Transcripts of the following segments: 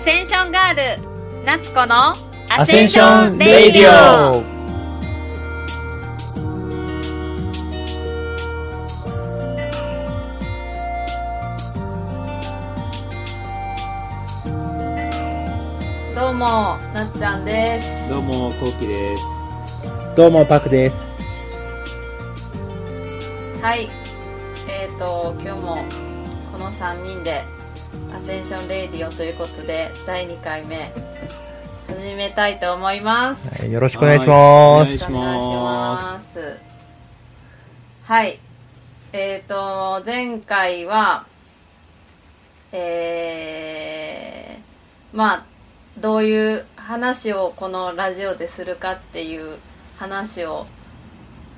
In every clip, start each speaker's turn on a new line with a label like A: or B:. A: センションガール夏子の
B: アセンションレイディオ
A: どうもなっちゃんです
C: どうも、こうきです。
B: どうもパクです
A: はいえっ、ー、と今日もこの3人でアセンションレイディオということで第2回目始めたいと思います
B: はいよろしくお願いしま
C: は
B: す
C: いお願いします
A: お願いしますはいえっ、ー、と前回はえー、まあどういう話をこのラジオでするかっていう話を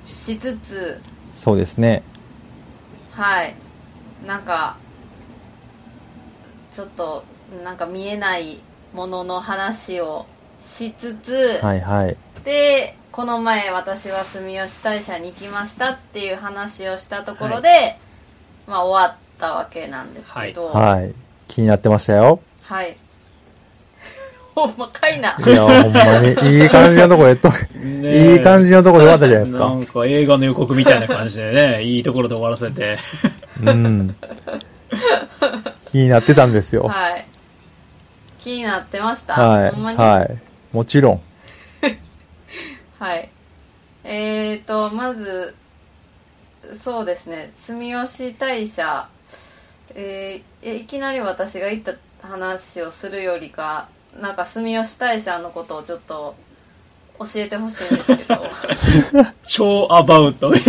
A: しつつ
B: そうですね
A: はいなんかちょっとなんか見えないものの話をしつつ、
B: はいはい
A: でこの前私は住吉大社に行きましたっていう話をしたところで、まあ終わったわけなんですけどはい、
B: はい気になってましたよ
A: ほんまかいない
B: やほんまにいい感じのとこでといい感じのとこで終わったじゃないです
C: な
B: か
C: んか映画の予告みたいな感じでね、いいところで終わらせて。
B: うん気になってたんですよ
A: はい気になってました、
B: はい
A: ほんまに
B: はいもちろん
A: はい。えーと、まず、そうですね、住吉大社、えーいいきなり私が行った話をするよりか、なんか住吉大社のことをちょっと教えてほしいんですけ ど。
C: 超アバウト。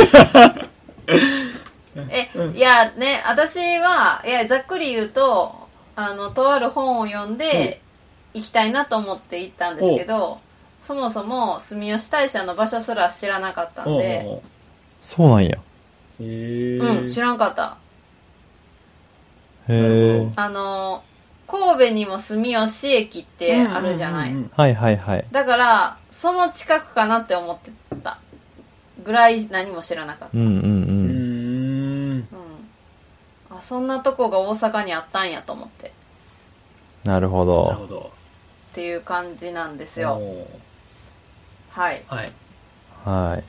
A: え、いやね、私は、いや、ざっくり言うと、あの、とある本を読んで、行きたいなと思って行ったんですけど、そもそも住吉大社の場所すら知らなかったんで、
B: そうなんや
C: へー
A: うん、知らんかった。
B: へ
C: なる
B: え
C: ほ
A: あの、神戸にも住吉駅ってあるじゃない。
C: うんうんうん
B: はいはいはい
A: だから、その近くかなって思ってた。ぐらい何も知らなかっ
B: うんうん
C: う
B: うん
C: ーん
A: た。うん。あ、そんなとこが大阪にあったんやと思って。っ
B: なるほ
C: なるほ
B: ど
C: ど。
A: ていう感じなんですよ。
C: おー
A: はい。
C: はい。
B: はい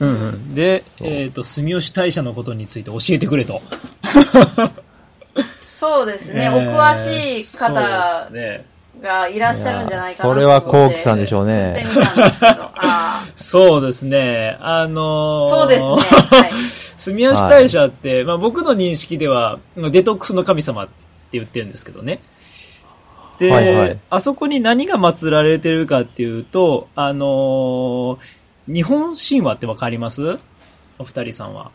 C: うんうん。で、
B: う
C: えっと、住吉大社のことについて教えてくれと。
A: そうですね。
C: え
A: お
C: ー
A: 詳しい
C: そう
A: 方
C: ですね。
A: がいらっしゃるんじゃないかなと思って。
B: いやそれは幸喜さんでしょう
A: やって
B: ね
A: みたんですけど。あー
C: そうですね。あ のー
A: そうですね。はい。
C: 住吉大社って、まあ僕の認識では、デトックスの神様って言ってるんですけどね。で、
B: はいはい
C: あそこに何が祀られてるかっていうと、あのー日本神話ってわかりますお二人さんは。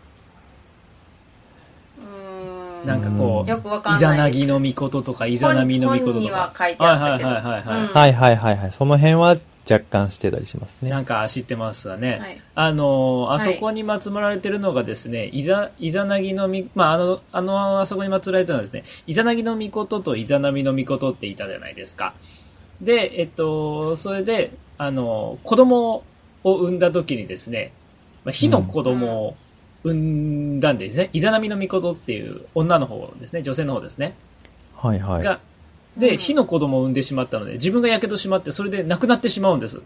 A: うーん
C: なんかこう、
A: よくわかん
C: イザ
A: な
C: ナ
A: いです
C: ギの御事とか、イザナミの御事
A: 本
C: と
A: には
C: か。
A: 書いてあったけど
C: はいはいはいはい、はい
A: うん
B: はいはいはいはいその辺は若干してたりしますね
C: なんか知ってますわね。
A: はい
C: あのー、
A: い
C: あそこに祀られてるのがですね、イザ、イザナギのみ、まあ、あの、あの、あそこに祀られてるのはですね、イザナギのみこととイザナミのみことっていたじゃないですか。で、えっと、それで、あのー、子供を産んだ時にですね、まあ、火の子供を産んだんですね、イザナミのみことっていう女の方ですね、女性の方ですね。
B: はいはい
C: が、
A: うん
C: で、火の子供を産んでしまったので、自分が火傷しまって、それで亡くなってしまうんです。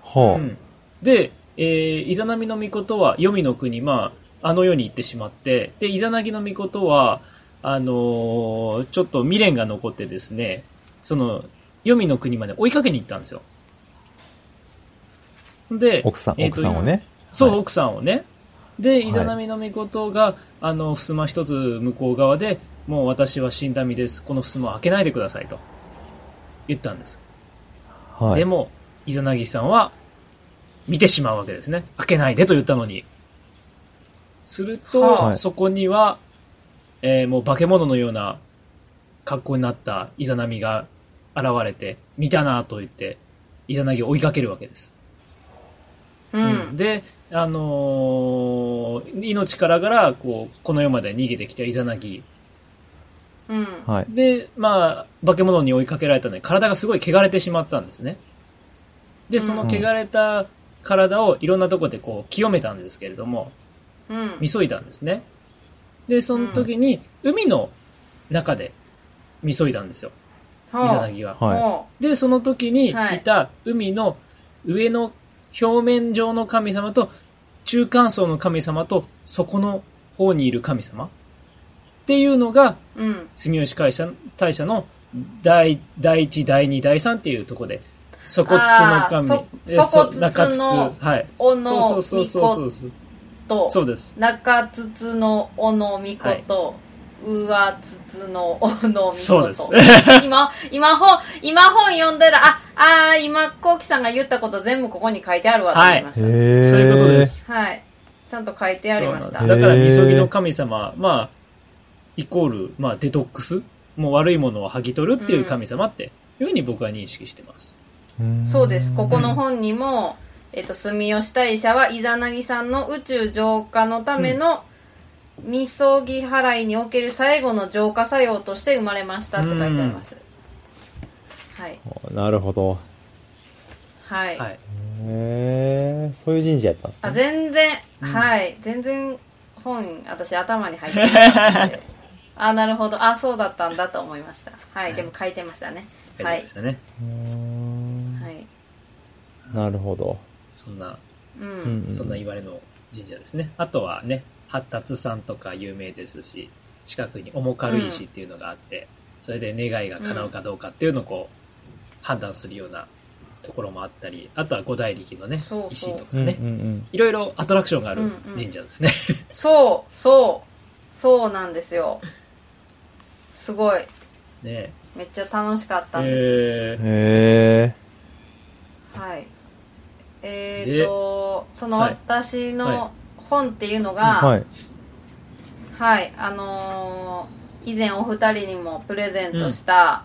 B: ほ
C: うんで、えー、イザナミの御事は黄泉の国、まあ、あの世に行ってしまって、で、イザナギの御事は、あのーちょっと未練が残ってですね、その、黄泉の国まで追いかけに行ったんですよ。で、
B: 奥さん、
C: えーと
B: 奥さんをね。
C: そう、
B: はい
C: 奥さんをね。で、イザナミの御事が、あの、襖一つ向こう側で、もう私は死んだ身です。この襖を開けないでくださいと言ったんです。
B: はい。
C: でも、イザナギさんは、見てしまうわけですね。開けないでと言ったのに。すると、
B: はい
C: そこには、えーもう化け物のような格好になったイザナミが現れて、見たなと言って、イザナギを追いかけるわけです。
A: うん。
C: で、あのー命からがら、こう、この世まで逃げてきたイザナギ。
A: うん。
B: はい。
C: で、まあ、化け物に追いかけられたので、体がすごい汚れてしまったんですね。で、その汚れた体をいろんなとこでこう、清めたんですけれども、
A: うん。
C: 急いだんですね。で、その時に、海の中でみそいだんですよ、
A: ほう
C: イザナギが。
B: はい
A: ほ
C: で、その時にい
A: はい
C: た海の上の表面上の神様と中間層の神様とそこの方にいる神様っていうのが
A: ううん
C: 住吉会社大社の第第一第二第三っていうところで鎖骨の神
A: あー
C: え
A: そ鎖
C: そ
A: 骨の
C: 中津はい
A: お
C: そ
A: の
C: うそう
A: み
C: そうそ
A: こ
C: うそう
A: と
C: そうです
A: 中筒のおのみこと、上筒のおのみこと
C: そうです
A: 今今本今本読んだらああー今こうきさんが言ったこと全部ここに書いてあるわと思いまし
B: へ
A: た、
B: え
A: はい
C: そういうことです
A: ちゃんと書いてありまし
C: そ
A: た
C: う
B: へ
C: な
B: ー
C: んですだから、みそぎの神様、まあ、イコール、まあ、デトックス、もう悪いものを剥ぎ取るっていう神様っていうふうに僕は認識してます。
A: そうです。ここ
B: の。
A: の本にも、えっと、住吉大社は、イザナギさんの宇宙浄化のための、みそぎ払いにおける最後の浄化作用として生まれましたって書いてあります。はい。
B: なるほど。
A: はい。
C: はい。
B: へえ、そういう神社やったんです
A: あ、
B: ね。
A: 全然、はい。全然、本、私頭に入ってなくてあ、なるほど。あ、そうだったんだと思いました。はい。でも書いてましたね。
C: あり
A: は
C: ま
A: い
C: し。たね。
B: うーん
A: はい。
B: なるほど。
C: そんな、
A: う。
B: うんん
C: そんな言われの神社ですね。あとはね、八達さんとか有名ですし、近くに重軽石っていうのがあって、それで願いが叶うかどうかっていうのをこう、判断するようなところもあったり、あとは五大力のね
A: そうそう、
C: 石とか
B: うんうん
C: ね、
B: うん。
C: いろいろアトラクションがある神社ですね。
A: そう、そう、そうなんですよ。すごい。
C: ね
A: めっちゃ楽しかったんですよ。
C: えー
B: へえ。
A: はい。えー、と、その
C: はい
A: 私
C: は
A: の本っていうのが、は、
B: はいい。
A: あのー以前お二人にもプレゼントした、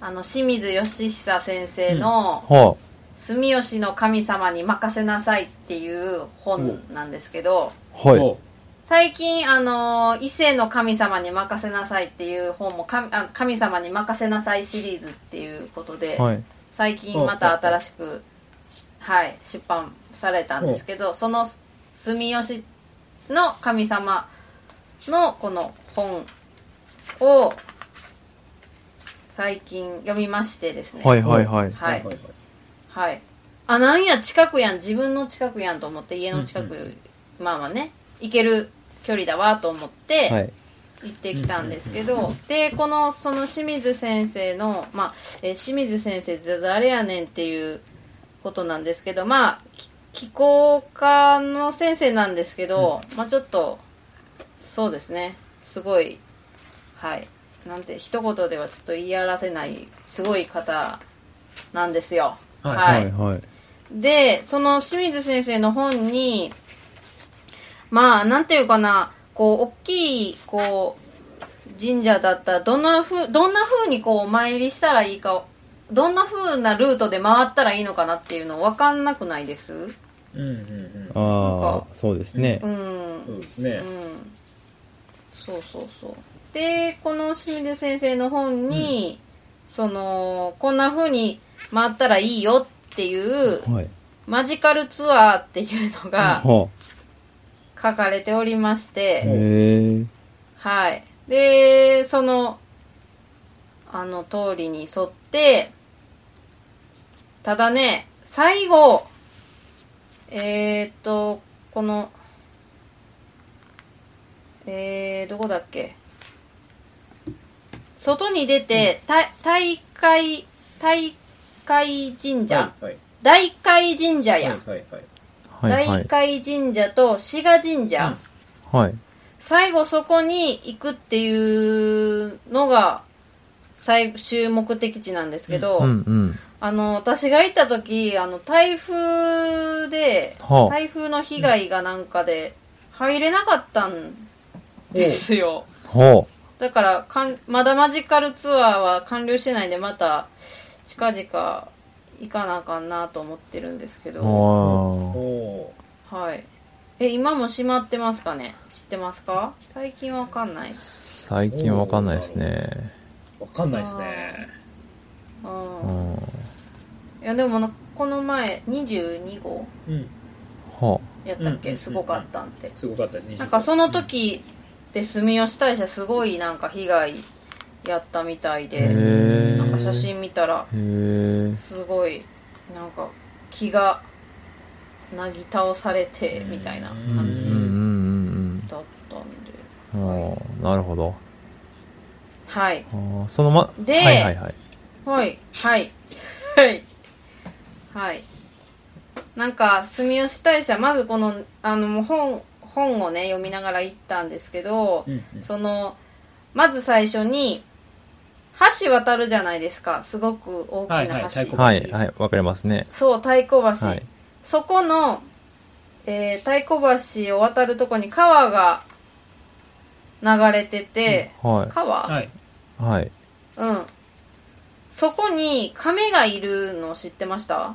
A: あの、清水義久先生の、
B: は
A: 住吉の神様に任せなさいっていう本なんですけど、
B: あ。はい。
C: お
A: 最近、あのー、異性の神様に任せなさいっていう本も、神あ神様に任せなさいシリーズっていうことで、
B: はい。
A: 最近また新しく、しはい、出版されたんですけど、その住吉の神様のこの本を最近読みましてですね。
B: はいはいはい。
A: はい
C: はい
A: はい。あ、なんや、近くやん、自分の近くやんと思って、家の近く、
C: うんう
A: まあまあね、行ける距離だわと思って、
B: はい。
A: 行ってきたんですけど、で、この、その清水先生の、まあ、えー清水先生って誰やねんっていうことなんですけど、まあ、き気候科の先生なんですけど、まあちょっと、そうですね、すごい、はい、なんて、一言ではちょっと言い表せない、すごい方なんですよ。
C: はい
B: はいはい。
A: で、その清水先生の本に、まあ、なんていうかな、こう、大きい、こう、神社だったら、どんなふう、どんな風にこう、お参りしたらいいか、どんな風なルートで回ったらいいのかなっていうの分かんなくないです
C: うんうんうん。
A: なん
B: あ
A: か
B: あ、そうですね
A: う。ん。
C: そうですね。
A: うん、そうそうそうでこの清水先生の本に、そのこんな風に回ったらいいよっていう
B: はい。
A: マジカルツアーっていうのが
B: は
A: 書かれておりまし
B: あ。
A: て、
B: へえ。
A: はいでそのあの通りに沿ってただね最後えー、っとこのえー、どこだっけ外に出て、た大会大会神社、
C: はいはい
A: 大会神社や、
C: はいはい。
B: はいは
A: 大
B: い。
A: 海神社と志賀神社、
C: うん
B: はい。
A: 最後そこに行くっていうのが最終目的地なんですけど、
B: うんうん。
A: あの私が行った時あの台風で、
B: はあ
A: 台風の被害がなんかで入れなかったんですよ、
B: は
A: だからかんまだマジカルツアーは完了してないんでまた近々行かなあかんなと思ってるんですけ
B: あ。
A: ど
B: はあ。
C: お
A: はい。え、今も閉まってますかね知ってますか最近わかんない。
B: 最近わかんないですね。
C: ーわかんないですね。
A: う。
B: うんん。はい
A: や、でもな、この前、22号
C: うん。
B: あ。
A: やったっ
C: うんうんうんう
A: け
C: ん
A: すごかったんて。
C: すごかった。
A: なんかその時って住吉大社すごいなんか被害やったみたい
B: へ
A: で、
B: ー
A: なんか写真見たら、
B: へえ。
A: すごい、なんか気がなぎ倒されて、みたいな感
B: う
A: じ
B: んうん
A: だったんで。
B: うんうん。ああ、なるほど。
A: はい。
B: あーそのま、
A: で
B: はいはいはい。
A: はい、はい、はい、はい。なんか、住吉大社、まずこの、あの、もう本、本をね、読みながら行ったんですけど、
C: うんうん
A: その、まず最初に、橋渡るじゃないですか。すごく大きな橋。
C: はいはい太鼓橋
B: はいはい、わかりますね。
A: そう、太鼓橋。
B: はい。
A: そこの、えー太鼓橋を渡るとこに川が流れてて、
B: は
A: 川、
C: はい。
B: い。はい。
A: うん。そこに亀がいるの知ってました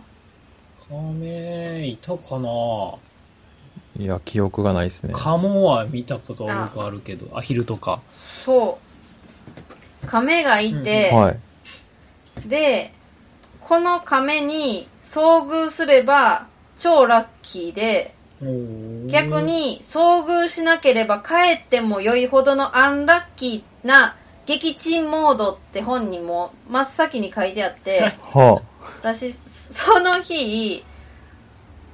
C: 亀、いたかない
B: や、記憶がないですね。
C: カモは見たことよくあるけど、アヒルとか。
A: そう。亀がいて、
B: はい。
A: で、この亀に遭遇すれば超ラッキーで、逆
C: 逆、
A: に遭遇しなければ帰っても良いほどのアンラッキーな撃沈モードって本にも真っ先に書いてあって、
B: は
A: 私その日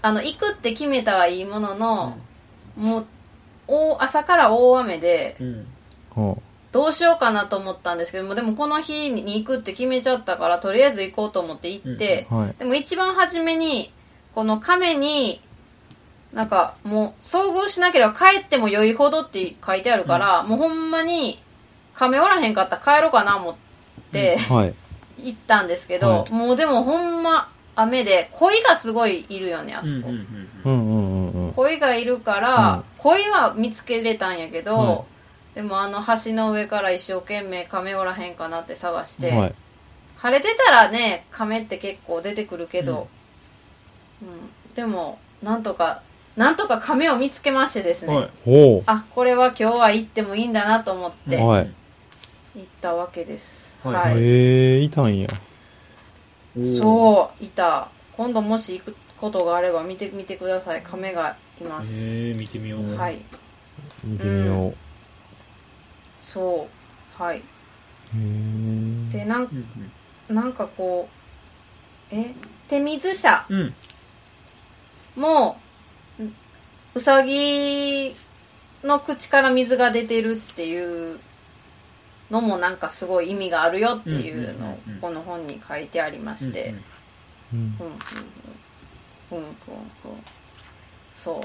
A: あの行くって決めたはいいものの、もう大朝から大雨で
C: うん。
B: あ。は
A: どうしようかなと思ったんですけどもでもこの日に行くって決めちゃったからとりあえず行こうと思って行って、
B: あ。はい。
A: でも一番初めにこの亀になんかもう遭遇しなければ帰っても良いほどって書いてあるから、もうほんまに亀おらへんかったら帰ろうかな思って、
B: はい。
A: 行ったんですけど、
B: は
A: もうでもほんま雨で鯉がすごいいるよねあ
C: うん
A: そこ、
C: うん
B: うんうんうんうん。
A: 鯉がいるから、鯉は見つけれたんやけど、
B: は
A: でもあの橋の上から一生懸命亀おらへんかなって探して、
B: はい。
A: 晴れてたらね亀って結構出てくるけど、うんでもなんとかなんとか亀を見つけましてです
C: うん。
A: ね、
C: はい。
B: ほ
A: あこれは今日は行ってもいいんだなと思って
B: う。
A: 行
B: は
C: で
B: い。
A: ったわけです、
C: はい
A: はい
B: へえ、いたんや。
A: そういた今度もし行くことがあれば見てみてください亀がいます、
C: えー、見てみよう。
A: はい
B: 見てみよう。
A: そうはい
B: へ
A: で
B: え。
A: なん
C: うん
A: なんかこうえ手水舎
C: うん。うん。
A: もんうさぎの口から水が出てるっていうのもなんかすごい意味があるよっていうのを
C: うんうんうんうん
A: この本に書いてありまして、
C: うんうん
B: うん
A: ふんふんふんふんふんふんそ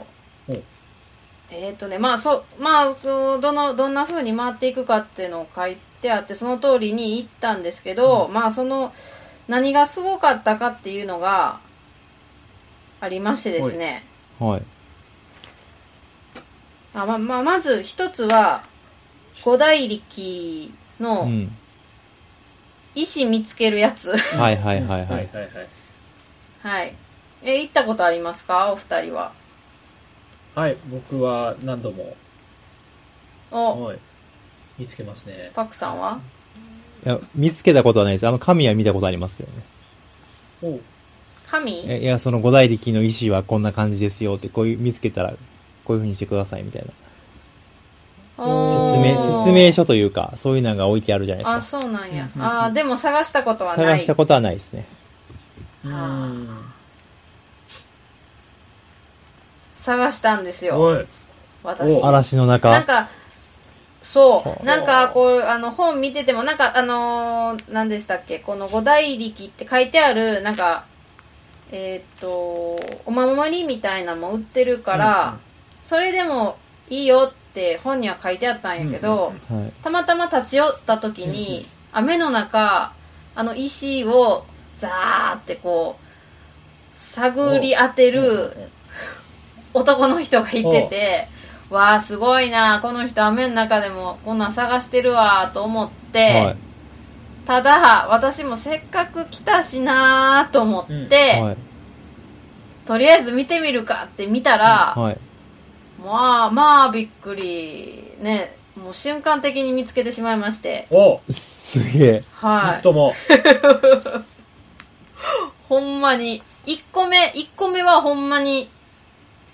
A: う
C: お
A: えっ、とねまあそうまあこうどのどんな風に回っていくかっていうのを書いてあってその通りに行ったんですけど、まあその何がすごかったかっていうのがありましてですね
B: はい。
A: あ、まあまあ、まず一つは五大力
B: う
A: の
B: ん。
A: 石見つけるやつ、
B: はいはいはいはい。
C: はいはい。
A: はいえ行ったことありますかお二人は
C: はい、僕は何度も、
A: お
C: はい、見つけますね。
A: パクさんはい
B: や、見つけたことはないです。あの、神は見たことありますけどね。
C: お
A: 神
B: えいや、その五大力の意志はこんな感じですよって、こういう、見つけたら、こういう風にしてくださいみたいな。説明、説
A: 書
B: 明書というか、そういうのが置いてあるじゃない
A: あ
B: です
A: そうなんや
C: うんうんうん
A: あーでも探したこと
B: か。
A: はな
B: 探
A: い
B: したことはないですね。
C: うーん。
A: 探したんですよ
C: おい。
A: 私
C: お
B: 嵐の中。
A: なんかそ
B: は
A: う
B: あ
A: なんかこうあの本見ててもなんかあのー何でしたっけこの五大力って書いてあるなんかえーっとお守りみたいなのも売ってるから、
C: うんうん
A: それでもいいよって本には書いてあったんやけど、
C: うんうん
B: はい。
A: たまたま立ち寄った時に雨の中あの石をザーってこう探り当てる男の人がいててわあすごいなこの人雨の中でもこんなん探してるわと思って、
B: は
A: ただ私もせっかく来たしなーと思って、
B: い。はい。
A: とりあえず見てみるかって見たら、
B: はい。
A: まあまあびっくりねもう瞬間的に見つけてしまいまして
C: お
B: すげえ。
A: はい
C: 三つとも。
A: ほんまに、1個目、一個目はほんまに、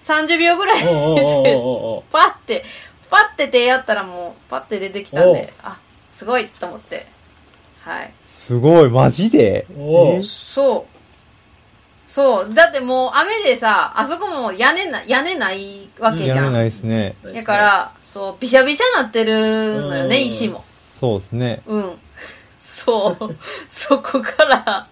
A: 30秒ぐらい
C: おう おうおうおうおう
A: パッて、パッて手やったらもう、パッて出てきたんで、あ、すごいと思ってはい
B: すごい、マジで
C: おー
A: そうそうだってもう雨でさあそこも屋根な屋根ないわけじ
B: や
A: ゃ
B: め
A: ん
B: ないですね。
A: だからそうびしゃびしゃなってるのよね
C: うん
A: 石も
B: そうですね。
A: うん。そう。 そこから、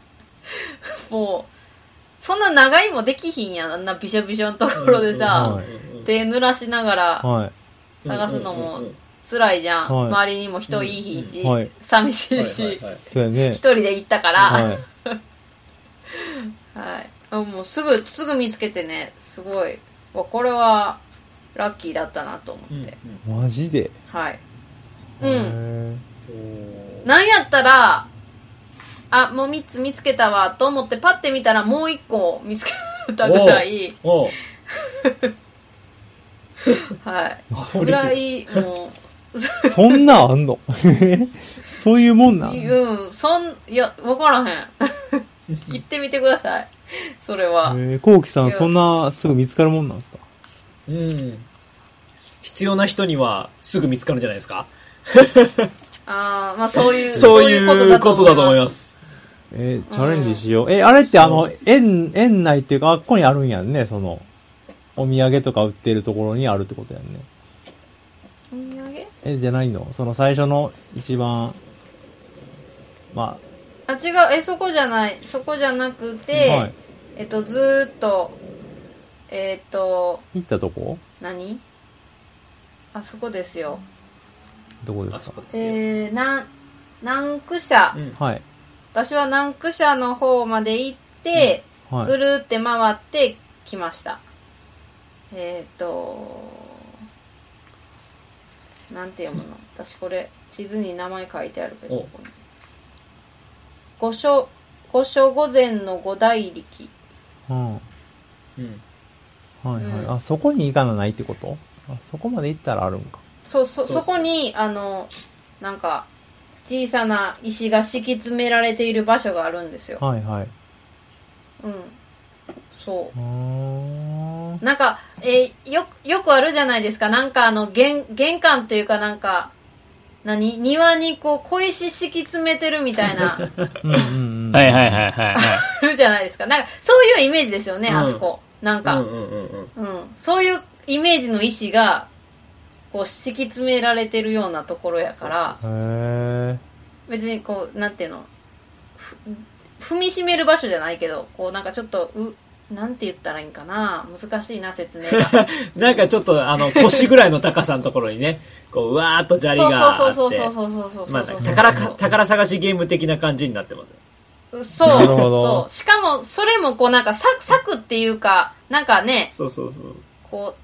A: もう、そんな長いもできひんやん、あんなびしょびしょのところで
B: うん
A: さ、
B: はい
A: 手濡らしながら
B: は
A: 探すのも
C: うんうんうん
A: 辛いじゃん。
B: はい
A: 周りにも人いいひんし、
B: うんはい
A: 寂しいし、
C: はいはいはい
B: い。そうやね
A: 一。人で行ったから、はい
B: は
A: あもうすぐ、すぐ見つけてね、すごい、わこれはラッキーだったなと思って。
C: うんうん
B: い。マジで
A: はい。
B: へ
A: うん。
B: ー
C: おー
A: なんやったら、あ、もう3つ見つけたわと思ってパッて見たらもう1個見つけたぐらい、
C: おー
A: はい。
C: そ
A: ぐ
C: れ
A: ら
C: で
A: い、も
B: そんなんあんの そういうもんな
A: う、
B: ん
A: うん、そん、いや、わからへん。 行ってみてください。それは。
B: えー、こうきさ
A: い
B: ん、
A: や
B: そんなすぐ見つかるもんなんですか
C: うん。必要な人にはすぐ見つかるんじゃないですか
A: ああ、まあそういう、。
C: そういうことだと思いますす。
B: えーチャレンジしよう。え、あれってあの、園、園内っていうか、あっこにあるんやんね、その、お土産とか売ってるところにあるってことやんね。
A: お土産
B: え、じゃないのその最初の一番、ま
A: あ、違う、え、そこじゃない。そこじゃなく
B: あ、
A: て、
B: はい。
A: えっと、ずーっと、えっと、
B: 行ったとこ
A: 何あそこですよ。
B: どこで
C: あ
B: す
C: そ
B: か
C: こですよ。
A: えー、なん、南区社。
C: うん
B: はい。
A: 私は南区社の方まで行って、
B: は
A: ぐ
B: い。
A: るーって回ってきました。えっ、ー、と、なんて読む の私これ、地図に名前書いてあるけど、
C: お
A: ここに五所、五所御前の五大力。
B: うん。はい
C: うん
B: はい。
A: うん
B: あ、そこに行かなないってことあ、そこまで行ったらあるんか。
A: そう、そ、
C: そうそう
A: そこに、あの、なんか、小さな石が敷き詰められている場所があるんですよ。
B: はいはい。
A: うん。そう
B: う。ーん。は
A: なんか、えーよ、よくあるじゃないですか。なんかあの、玄、玄関というかなんか、何庭にこう、小石敷き詰めてるみたい な、あ
C: はいはいはいはいはい。
A: るじゃないですか。なんか、そういうイメージですよね、
C: うん
A: あそこ。なんか、う、
C: うんんうんうんうん
A: そういうイメージの石が、こう、敷き詰められてるようなところやから、
C: そうそう
B: へえ。
A: 別にこう、なんていうの、ふ踏みしめる場所じゃないけど、こう、なんかちょっと、う、なんて言ったらいいんかな。難しいな、説明 が。
C: なんかちょっとあの腰ぐらいの高さのところにね、こう、うわーっと砂利があって。
A: そうそうそうそうそうそうそうそうそう
C: まあ、宝か、宝探しゲーム的な感じになってます。
A: そう
B: なるほど
A: そうしかもそれもこうなんか柵柵っていうかなんかね
C: そうそうそう。
A: こ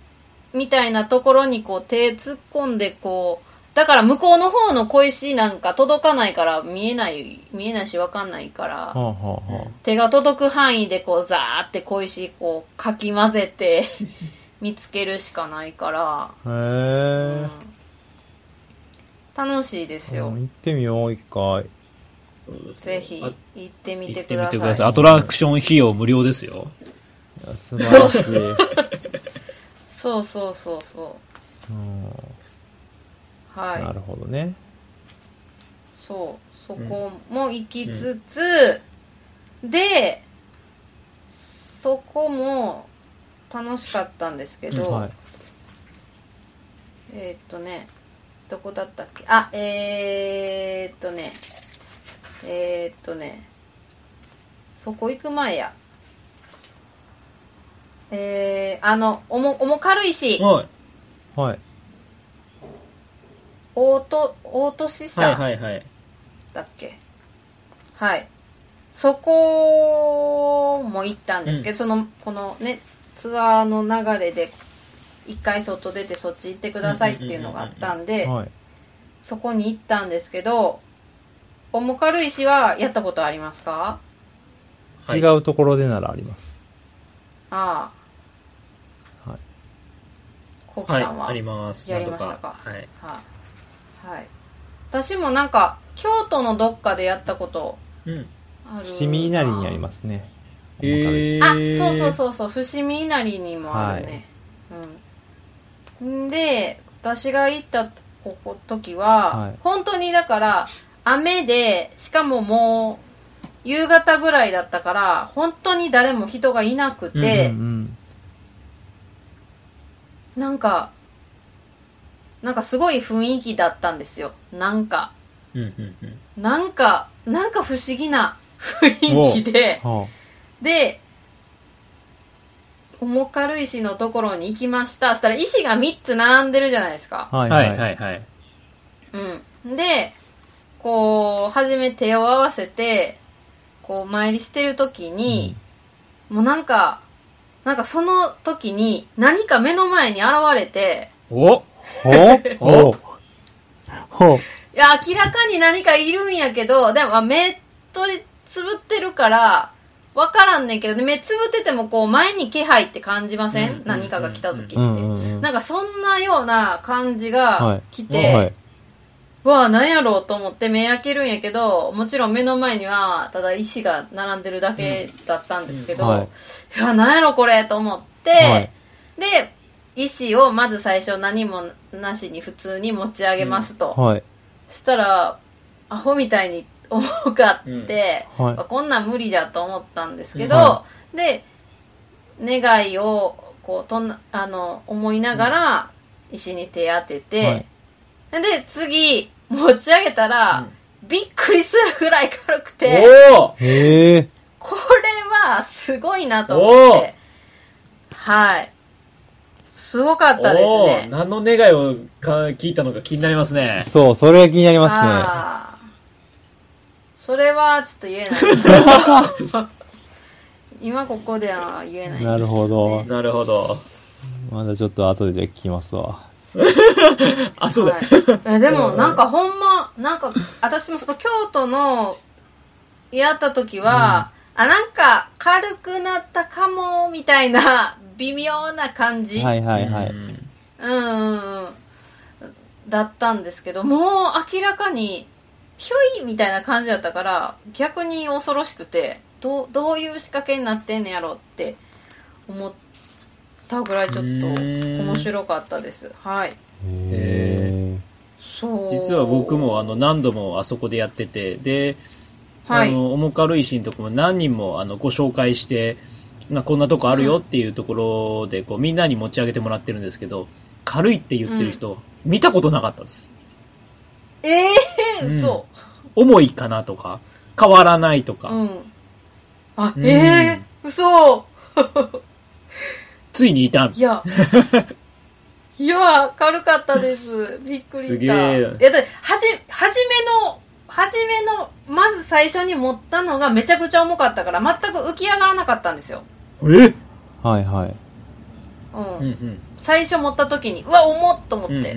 A: うみたいなところにこう手突っ込んでこうだから向こうの方の小石なんか届かないから見えない見えないしわかんないから、
B: はあはあは
A: 手が届く範囲でこうザーって小石こうかき混ぜ て見つけるしかないから、
B: あ。
A: う
B: へ
A: ん楽しいです
B: え。
A: よ、
B: うん行ってみよう、一回。
C: そうですね
A: ぜひ
C: あ
A: 行ってみ
C: 行
A: て
C: って
A: く
C: み
A: だ
C: てく
A: さ
C: だ
A: い
C: さい。アトラクション費用無料ですよ。
B: いや素晴ら しい。
A: そうそうそうそ
B: うん
A: うはい
B: なるほどね。
A: そうそこも行きつつ、でそこも楽しかったんですけど、
B: はい。
A: えーっとねどこだったっけあえー、っとねえー、っとねそこ行く前やえー、あの重重軽石
C: はい。
B: はい。
A: 大と大都市社、
C: はいはいはい。
A: だっけはいそこも行ったんですけど、
C: うん
A: そのこのねツアーの流れで一回外出てそっち行ってくださいっていうのがあったんで
B: はい。
A: そこに行ったんですけど重軽石はやったことありますか
C: はい
B: 違うところでならあります。
A: ああ
B: はい
A: コウキ
C: はい。
A: さんは、
C: あります。
A: や
C: なん
A: り
C: と
A: ましたか
C: か。はい。
A: はい、はい、私もなんか京都のどっかでやったこと
C: うん。
A: ある
B: 伏見稲荷にありますね。
C: えー
A: あそうそうそうそう伏見稲荷にもあるね、うんんで私が行ったここ時は、
B: はい
A: 本当にだから雨でしかももう夕方ぐらいだったから本当に誰も人がいなくて、
B: うんうん
A: なんかなんかすごい雰囲気だったんですよなんか
C: うんうんうん。
A: なんかなんか不思議な雰囲気で
B: うんは
A: で重軽石のところに行きましたしたら石が3つ並んでるじゃないですか
B: あはい
C: は
B: はいい、
C: はいはい。
A: うん、でこう初め手を合わせてこうお参りしてる時に、もうなんかなんかその時に何か目の前に現れて
C: お
B: ほうほう
A: いや明らかに何かいるんやけどでもあ目閉じつぶってるから分からんねんけどで目つぶっててもこう前に気配って感じません,、
C: うんうんうんうん
A: 何かが来た時って、
B: うんうんうん
A: なんかそんなような感じが来て、
B: はい
A: わあ、なんやろうと思って目開けるんやけど、もちろん目の前には、ただ石が並んでるだけだったんですけど、
B: うんはい
A: い、や、なんやろこれと思って、
B: はい
A: で、石をまず最初何もなしに普通に持ち上げますと。
B: はい
A: したら、アホみたいに重かって、
B: うんはい
A: まあこんなん無理じゃと思ったんですけど、
B: うんは
A: で、願いを、こう、とんな、あの、思いながら、石に手当てて、
B: はい
A: で、次、持ち上げたら、びっくりするぐらい軽くて、
C: お
B: へえ
A: これはすごいなと思って、はい。すごかったです
C: おー
A: ね。
C: 何の願いをか聞いたのか気になりますね。
B: そうそれが気になりま
A: あーそれはちょっと言えない ですけど今ここでは言え
B: す
A: ない
B: ねなるほど
A: ね
C: なるほど。
B: まだちょっと後でじゃあ聞きますわ
C: あ、 そうだ。、
A: はい、えでもなんかほんまなんか私もその京都のやった時は、あなんか軽くなったかもみたいな 微妙な感じ、
B: はいはいはいう
C: ん
A: うんうんうんだったんですけどもう明らかにひょいみたいな感じだったから逆に恐ろしくてどうどういう仕掛けになってんねやろって思ったぐらいちょっと面白かったですはい
B: へ
A: そう
C: 実は僕もあの何度もあそこでやってて、で、
A: は
C: あ
A: い
C: の、重軽石のとこも何人もあのご紹介して、まあ、こんなとこあるよっていうところで、こう、みんなに持ち上げてもらってるんですけど、軽いって言ってる人、見たことなかったです。
A: ええー、
C: うん
A: 嘘
C: 重いかなとか、変わらないとか、
A: うん、あ
C: うん
A: ええー、嘘
C: ついにいた。
A: い やいや軽かったですびっくり
C: す
A: し
C: げ
A: た
C: え
A: いやだってはじ初めの初めのまず最初に持ったのがめちゃくちゃ重かったから全く浮き上がらなかったんですよ、
C: えうん
B: はいはい
A: うん
C: うん。
A: 最初持った時にうわ重っと思って、
C: う
A: うんん
C: うん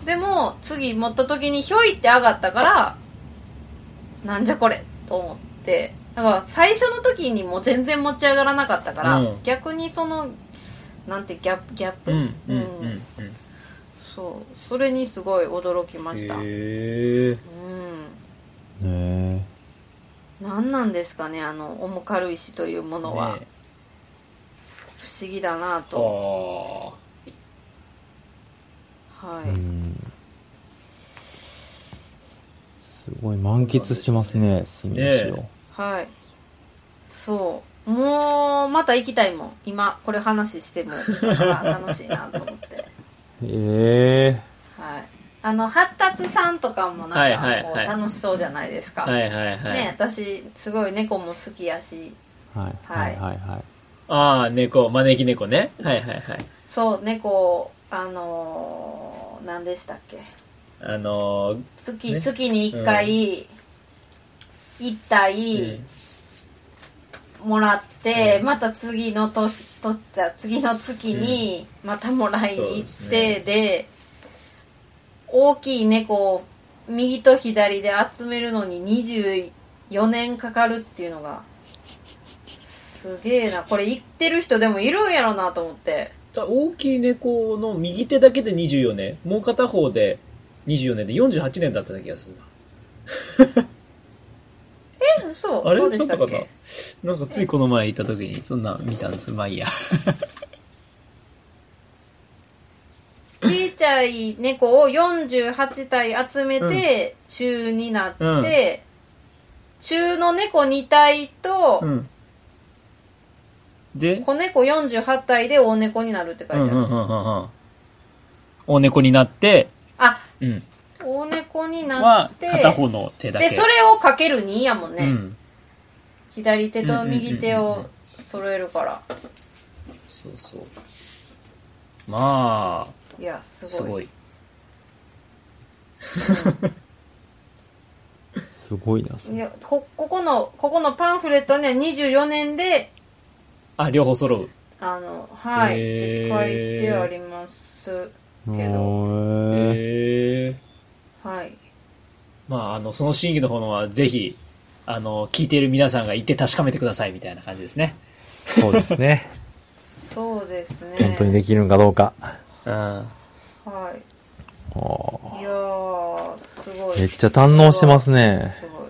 C: うん。
A: でも次持った時にひょいって上がったからなんじゃこれと思ってだから最初の時にも全然持ち上がらなかったから、
C: うん
A: 逆にそのなんてギャップギャップ、
C: うんうんう
A: うん
C: んうん。
A: そうそれにすごい驚きました、
C: へえ。
B: ね
A: うん何なんですかねあの重軽石というものは、
C: ね
A: 不思議だな
C: あ
A: と
C: ー
A: は
B: え
A: い、
B: うんすごい満喫してますね住吉を
C: ね
A: はいそうもうまた行きたいもん今これ話してもあ楽しいなと思って
B: ええ
A: はいあの発達さんとかも
C: は
A: ないんか
C: はい
A: こう
C: はい
A: 楽しそうじゃないですか、
C: はいはいはい。
A: ね私すごい猫も好きやし
B: はいはいはいはい
C: ああ、猫、招き猫ね。はいはいはい。
A: そう猫あのー、何でしたっけ
C: あのー、
A: 月,、
C: ね
A: 月に1回、1体もらって、
C: うん
A: また次の年とっちゃ次の月にまたもらいに行
C: そ
A: って、
C: うですね
A: で大きい猫を右と左で集めるのに24年かかるっていうのがすげえなこれ行ってる人でもいるんやろなと思って
C: じゃあ大きい猫の右手だけで24年、もう片方で24年で48年だった気がするな。
A: えそう
C: あれ
A: そうで
C: ちょっ
A: した
C: と
A: っ
C: か
A: け
C: ななんかついこの前行った時に、そんなん見たんですまあいいや。
A: ちーちゃい猫を48体集めて中になって、
C: うん
A: 中の猫2体と
C: うん。で、
A: 子猫48体で大猫になるって書
C: う
A: い
C: ん
A: てあ
C: う
A: る、
C: んうんうんうん。大猫になって、
A: あ
C: うん。
A: 大猫にな
C: は
A: っ、て
C: 片方の手だけ。
A: でそれをかける2やもんね、
C: うん。
A: 左手と右手
C: うんうんうんう
A: を
C: ん
A: 揃えるから
C: そうそう。まあ、
A: いやす
C: す
A: ごい
C: ごい。
B: すごいな、そ
A: い
B: れ。
A: やこここのここのパンフレットには24年で
C: あ、両方揃う。
A: あのはい、
C: へ
A: 書い
C: ー
A: てあります
B: う
A: けど
B: ーん
C: へえ。
A: はい
C: まあ、あの、その真偽の方は、ぜひ、あの、聞いている皆さんが行って確かめてくださいみたいな感じですね。
B: そうですね。
A: そうですね
B: 本当にできるんかどう か。
C: うん。
A: は
B: おー
A: いいやーすごい
B: めっちゃ堪能してますね。
A: すごい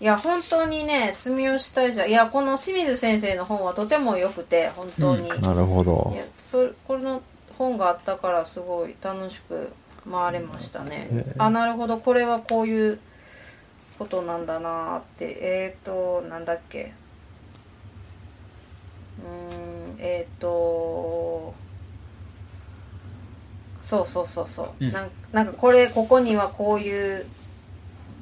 A: いや本当にね住吉大社いやこの清水先生の本はとても良くて本当に、
B: なるほど
A: い。やそこの本があったからすごい楽しく回れましたね、あなるほどこれはこういうことなんだなーってえっ、ー、となんだっけうーんえっ、ー、とそうそうそうそう、
C: うん
A: なんなんかこれここにはこういう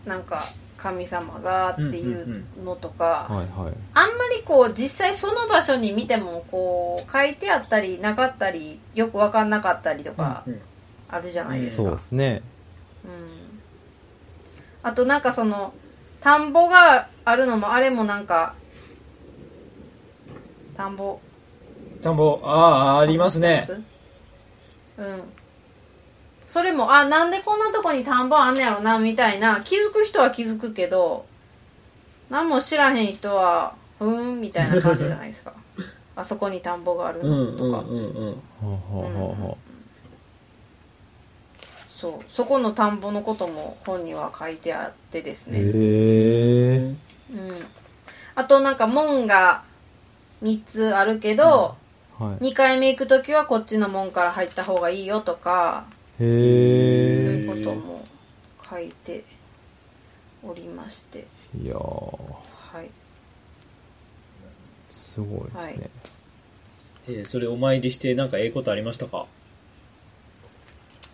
A: なんか神様がっていうのとか、
B: はいは
A: あんまりこう実際その場所に見てもこう書いてあったりなかったりよく分かんなかったりとかあるじゃない
B: い。
A: です
B: そう
A: か
B: で。すね。
A: うんあとなんかその田んぼがあるのもあれもなんか田んぼ
C: 田んぼ、ああ、ありますね。。
A: うん。それも、あ、なんでこんなとこに田んぼあんねやろな、みたいな、気づく人は気づくけど、何も知らへん人は、ふーん、みたいな感じじゃないですか。あそこに田んぼがある
C: うんうん
A: と
C: う
A: か、
C: んうん。
B: ほうほうほうほ
A: そう。そこの田んぼのことも本には書いてあってです
B: う。
A: ね。
B: へえ。
A: うん。あとなんか門が3つあるけど、
B: はい。
A: 2回目行くときはこっちの門から入った方がいいよとか、そう
B: へえ。
A: いうことも書いておりまして、
B: いやー、
A: はい。
B: すごいですね。
C: で、それお参りして、なんかええことありましたか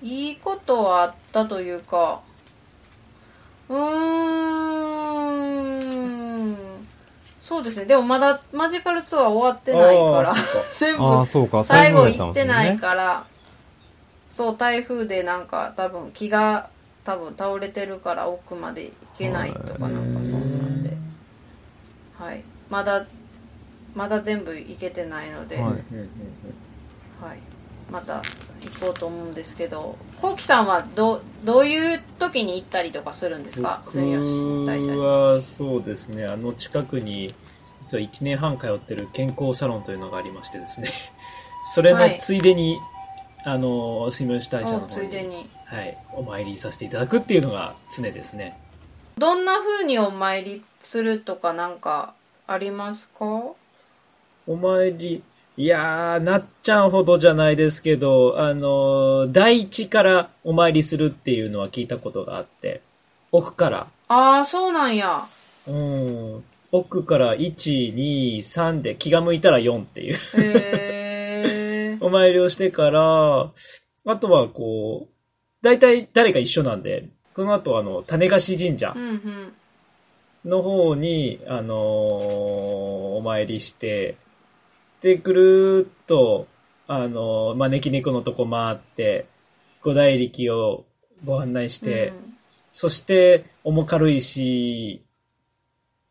A: いいことはあったというか、うーん、そうですね。でもまだマジカルツアー終わってないから
C: あー、そうか
A: 全
B: ああ、
A: 部
B: そうか。
A: 最後
B: 台風
A: 行
B: や
A: っ
B: です
A: て
B: ね
A: ないから、そう、台風でなんか多分木が多分倒れてるから奥まで行けないとかなんかそんなんで。はい、まだまだ全部行けてないので、は
B: はいい
C: うんうんうん
A: また行こうと思うんですけどこうきさんはどどういう時に行ったりとかするんですか住吉大社に
C: 僕はそうですねあの近くに実は1年半通ってる健康サロンというのがありましてですね それの
A: はい
C: ついでに、あの住吉大社の
A: うん
C: 方
A: つい
C: に
A: でに
C: はい、お参りさせていただくっていうのが常ですね
A: どんな風にお参りするとかなんかありますか
C: お参りいやーなっちゃんほどじゃないですけどあの第一からお参りするっていうのは聞いたことがあって奥から
A: ああそうなんや
C: うん奥から123で気が向いたら4っていう
A: へえ
C: お参りをしてから、あとはこう、大体誰か一緒なんで、その後あの、種菓子神社
A: うんうん
C: の方に、あのーお参りして、で、ぐるーっと、あのー招き猫のとこ回って、五大力をご案内して、
A: うん
C: そして、重軽石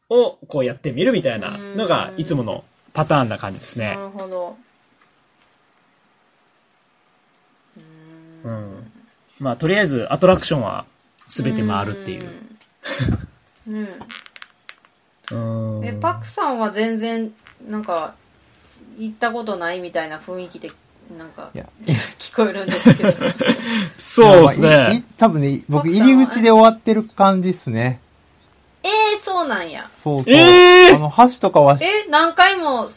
C: をこうやってみるみたいなのが、いつものパターンな感じです
A: な
C: ね。
A: るほどう
C: う
A: ーん
C: ん。まあ、とりあえず、アトラクションは全て回るっていう。
A: うんうん
C: うん
A: えパクさんは全然なんか行ったことないみたいな雰囲気でなんか
B: いや
A: 聞こえるんですけど
C: そうです
B: まあいい
C: ね。
B: 多分ね、僕、
A: 奥さ
B: 入
A: んは
B: り口で終わってる感じっすね。
A: えー、そうなんや
B: そうそう。
C: えー
B: あの、箸とかは、
A: え何回も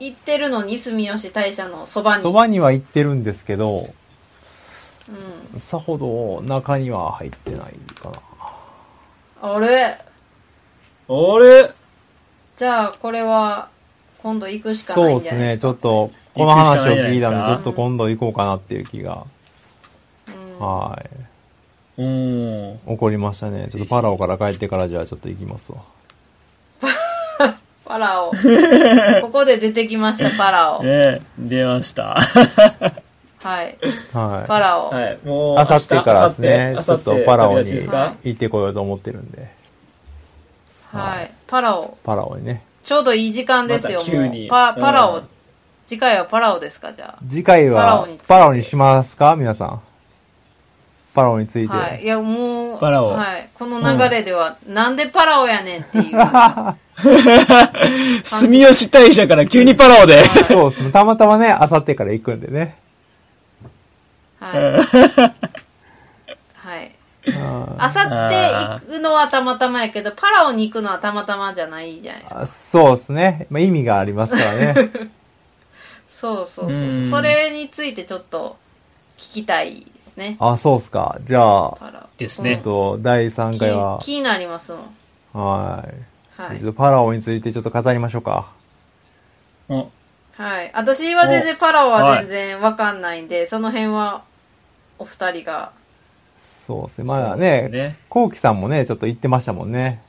A: 行ってるのに住吉大社のそばに
B: そばには行ってるんですけど、
A: うん
B: さほど中には入ってないかな。
A: あれ
C: あれ
A: じゃあこれは今度行くしかない
B: そうんで
A: じ
B: す
A: ゃない
B: ね、
A: です
B: ち
A: か
B: ょっと、この話を聞いたので、ちょっと今度行こうかなっていう気が、
A: うん
B: はい、
C: うん。
B: 起こりましたね。ちょっとパラオから帰ってからじゃあちょっと行きますわ。
A: パ ラオここで出てきましたパラオ
C: ね出ました。
A: はいパ
B: は
A: ラオ、
C: はい。もう、
B: い。あさってからですね、
C: あ
B: ち
C: さ
B: ょ
C: っ、
B: ってとパラオに
C: です
A: は
C: か
A: い
B: 行ってこようと思ってるんで、
A: はい。パラオ。
B: パラオにね。
A: ちょうどいい時間ですよ、
C: また急
A: もう
C: に。
A: パ、パラ
C: う
A: オ
C: ん。
A: 次回はパラオですか、じゃ
B: 次回
A: パラオ
B: は
A: について
B: パラオにしますか皆さん。パラオについ
A: あ。
B: て。
A: はい。いや、もう、
C: パラオ
A: はい。この流れでは、なんでパラオやねんって いう。
C: 住吉大社から急にパラオで。
B: そうですね。たまたまね、あさってから行くんでね。
A: はい。はい。
B: うん
A: あさって行くのはたまたまやけど、パラオに行くのはたまたまじゃないじゃないですか。
B: あそうですね。まあ、意味がありますから ね。
A: そうそうそう
C: う
A: そ
C: ん
A: う。それについてちょっと聞きたいですね。
B: あ、そうっすか。じゃあ、
A: パラオ。
C: です
B: え
C: ね
B: っと、第3
A: 気
B: 回は、
A: 気になりますもん。
B: はい。
A: は
B: ち
A: い
B: ょ。っとパラオについてちょっと語りましょうか。
C: うん
A: はい。私は全然パラオは全然わかんないんで、その辺はお二人が。
B: そうですね。 まあ
C: そうです
B: ね、
C: ね
B: コウキさんもね、ちょっと行ってましたもんね。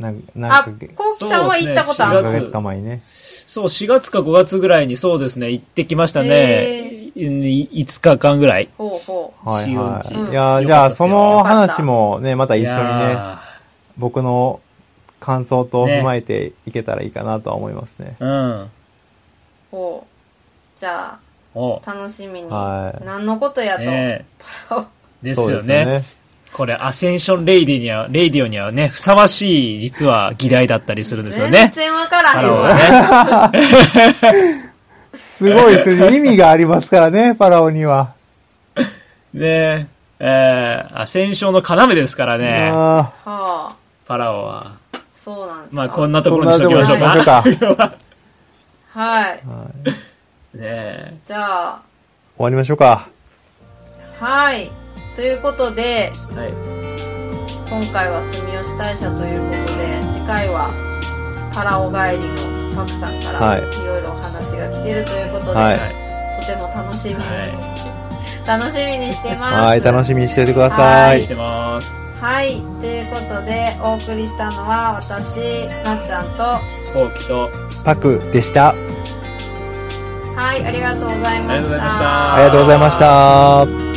B: なんなん
A: あ
B: か、、
A: コウキさんは行ったことあ
B: 何
A: る
B: ヶ
A: の、
C: そうですね
B: 月か前にね。
C: そう、4月か5月ぐらいにそうですね、行ってきましたね。
A: へ
C: 5日間ぐらい。
A: ほうほう。
B: はいは
C: 四
B: い。
C: 四
A: うん
B: いやー
C: よ
B: じゃ
C: かった
B: あ
C: っすよ
B: その話もね、また一緒
C: い
B: にね、
C: や
B: 僕の感想と踏まえていけたらいいかなとは思いますね。
C: ー。うん。
A: ほう。じゃ
C: お
A: あ、楽しみに。
B: はい
A: 何のことやと。
C: ね
A: パラオ
C: えで
B: そ
C: す
B: う
C: よね。。これ、アセンションレイディには、レイディオにはね、ふさわしい、実は、議題だったりするんですよ
A: 全
C: ね。
A: 然わから
C: パ
A: へん
C: ラオ
A: わ。
C: はね。
B: すごいですね。意味がありますからね、パラオには。
C: ねえ。えー、アセンションの要ですからね、
B: あ
A: はあ。
C: パラオは。
A: そうなんですか。
C: まあ、こんな
B: ー
C: とこ
B: そん
C: ろに
B: な
C: しとき
B: ところ
C: ま
B: に
C: し
B: し
C: ょ
B: と
C: うか。
B: きましょうか。終
A: はい。
C: ねえ。
A: じゃあ、
B: わりましょうか。
A: はい。ということで、
C: はい。
A: 今回は住吉大社ということで次回はパラオ帰りのパクさんか
B: は
A: ら
B: い
A: いろいろお話が聞けるということで、
B: はい
A: とても楽しみ、
C: は。
A: 楽しみにしてます
B: はい、楽しみにしておいてくださ
A: はい
B: い
C: して。ます。
A: はいということでお送りしたのは私なっちゃんと
C: ほうきと、
B: パクでした。
A: はいありがとうございました
C: ありがとうございました
B: ありがとうございました。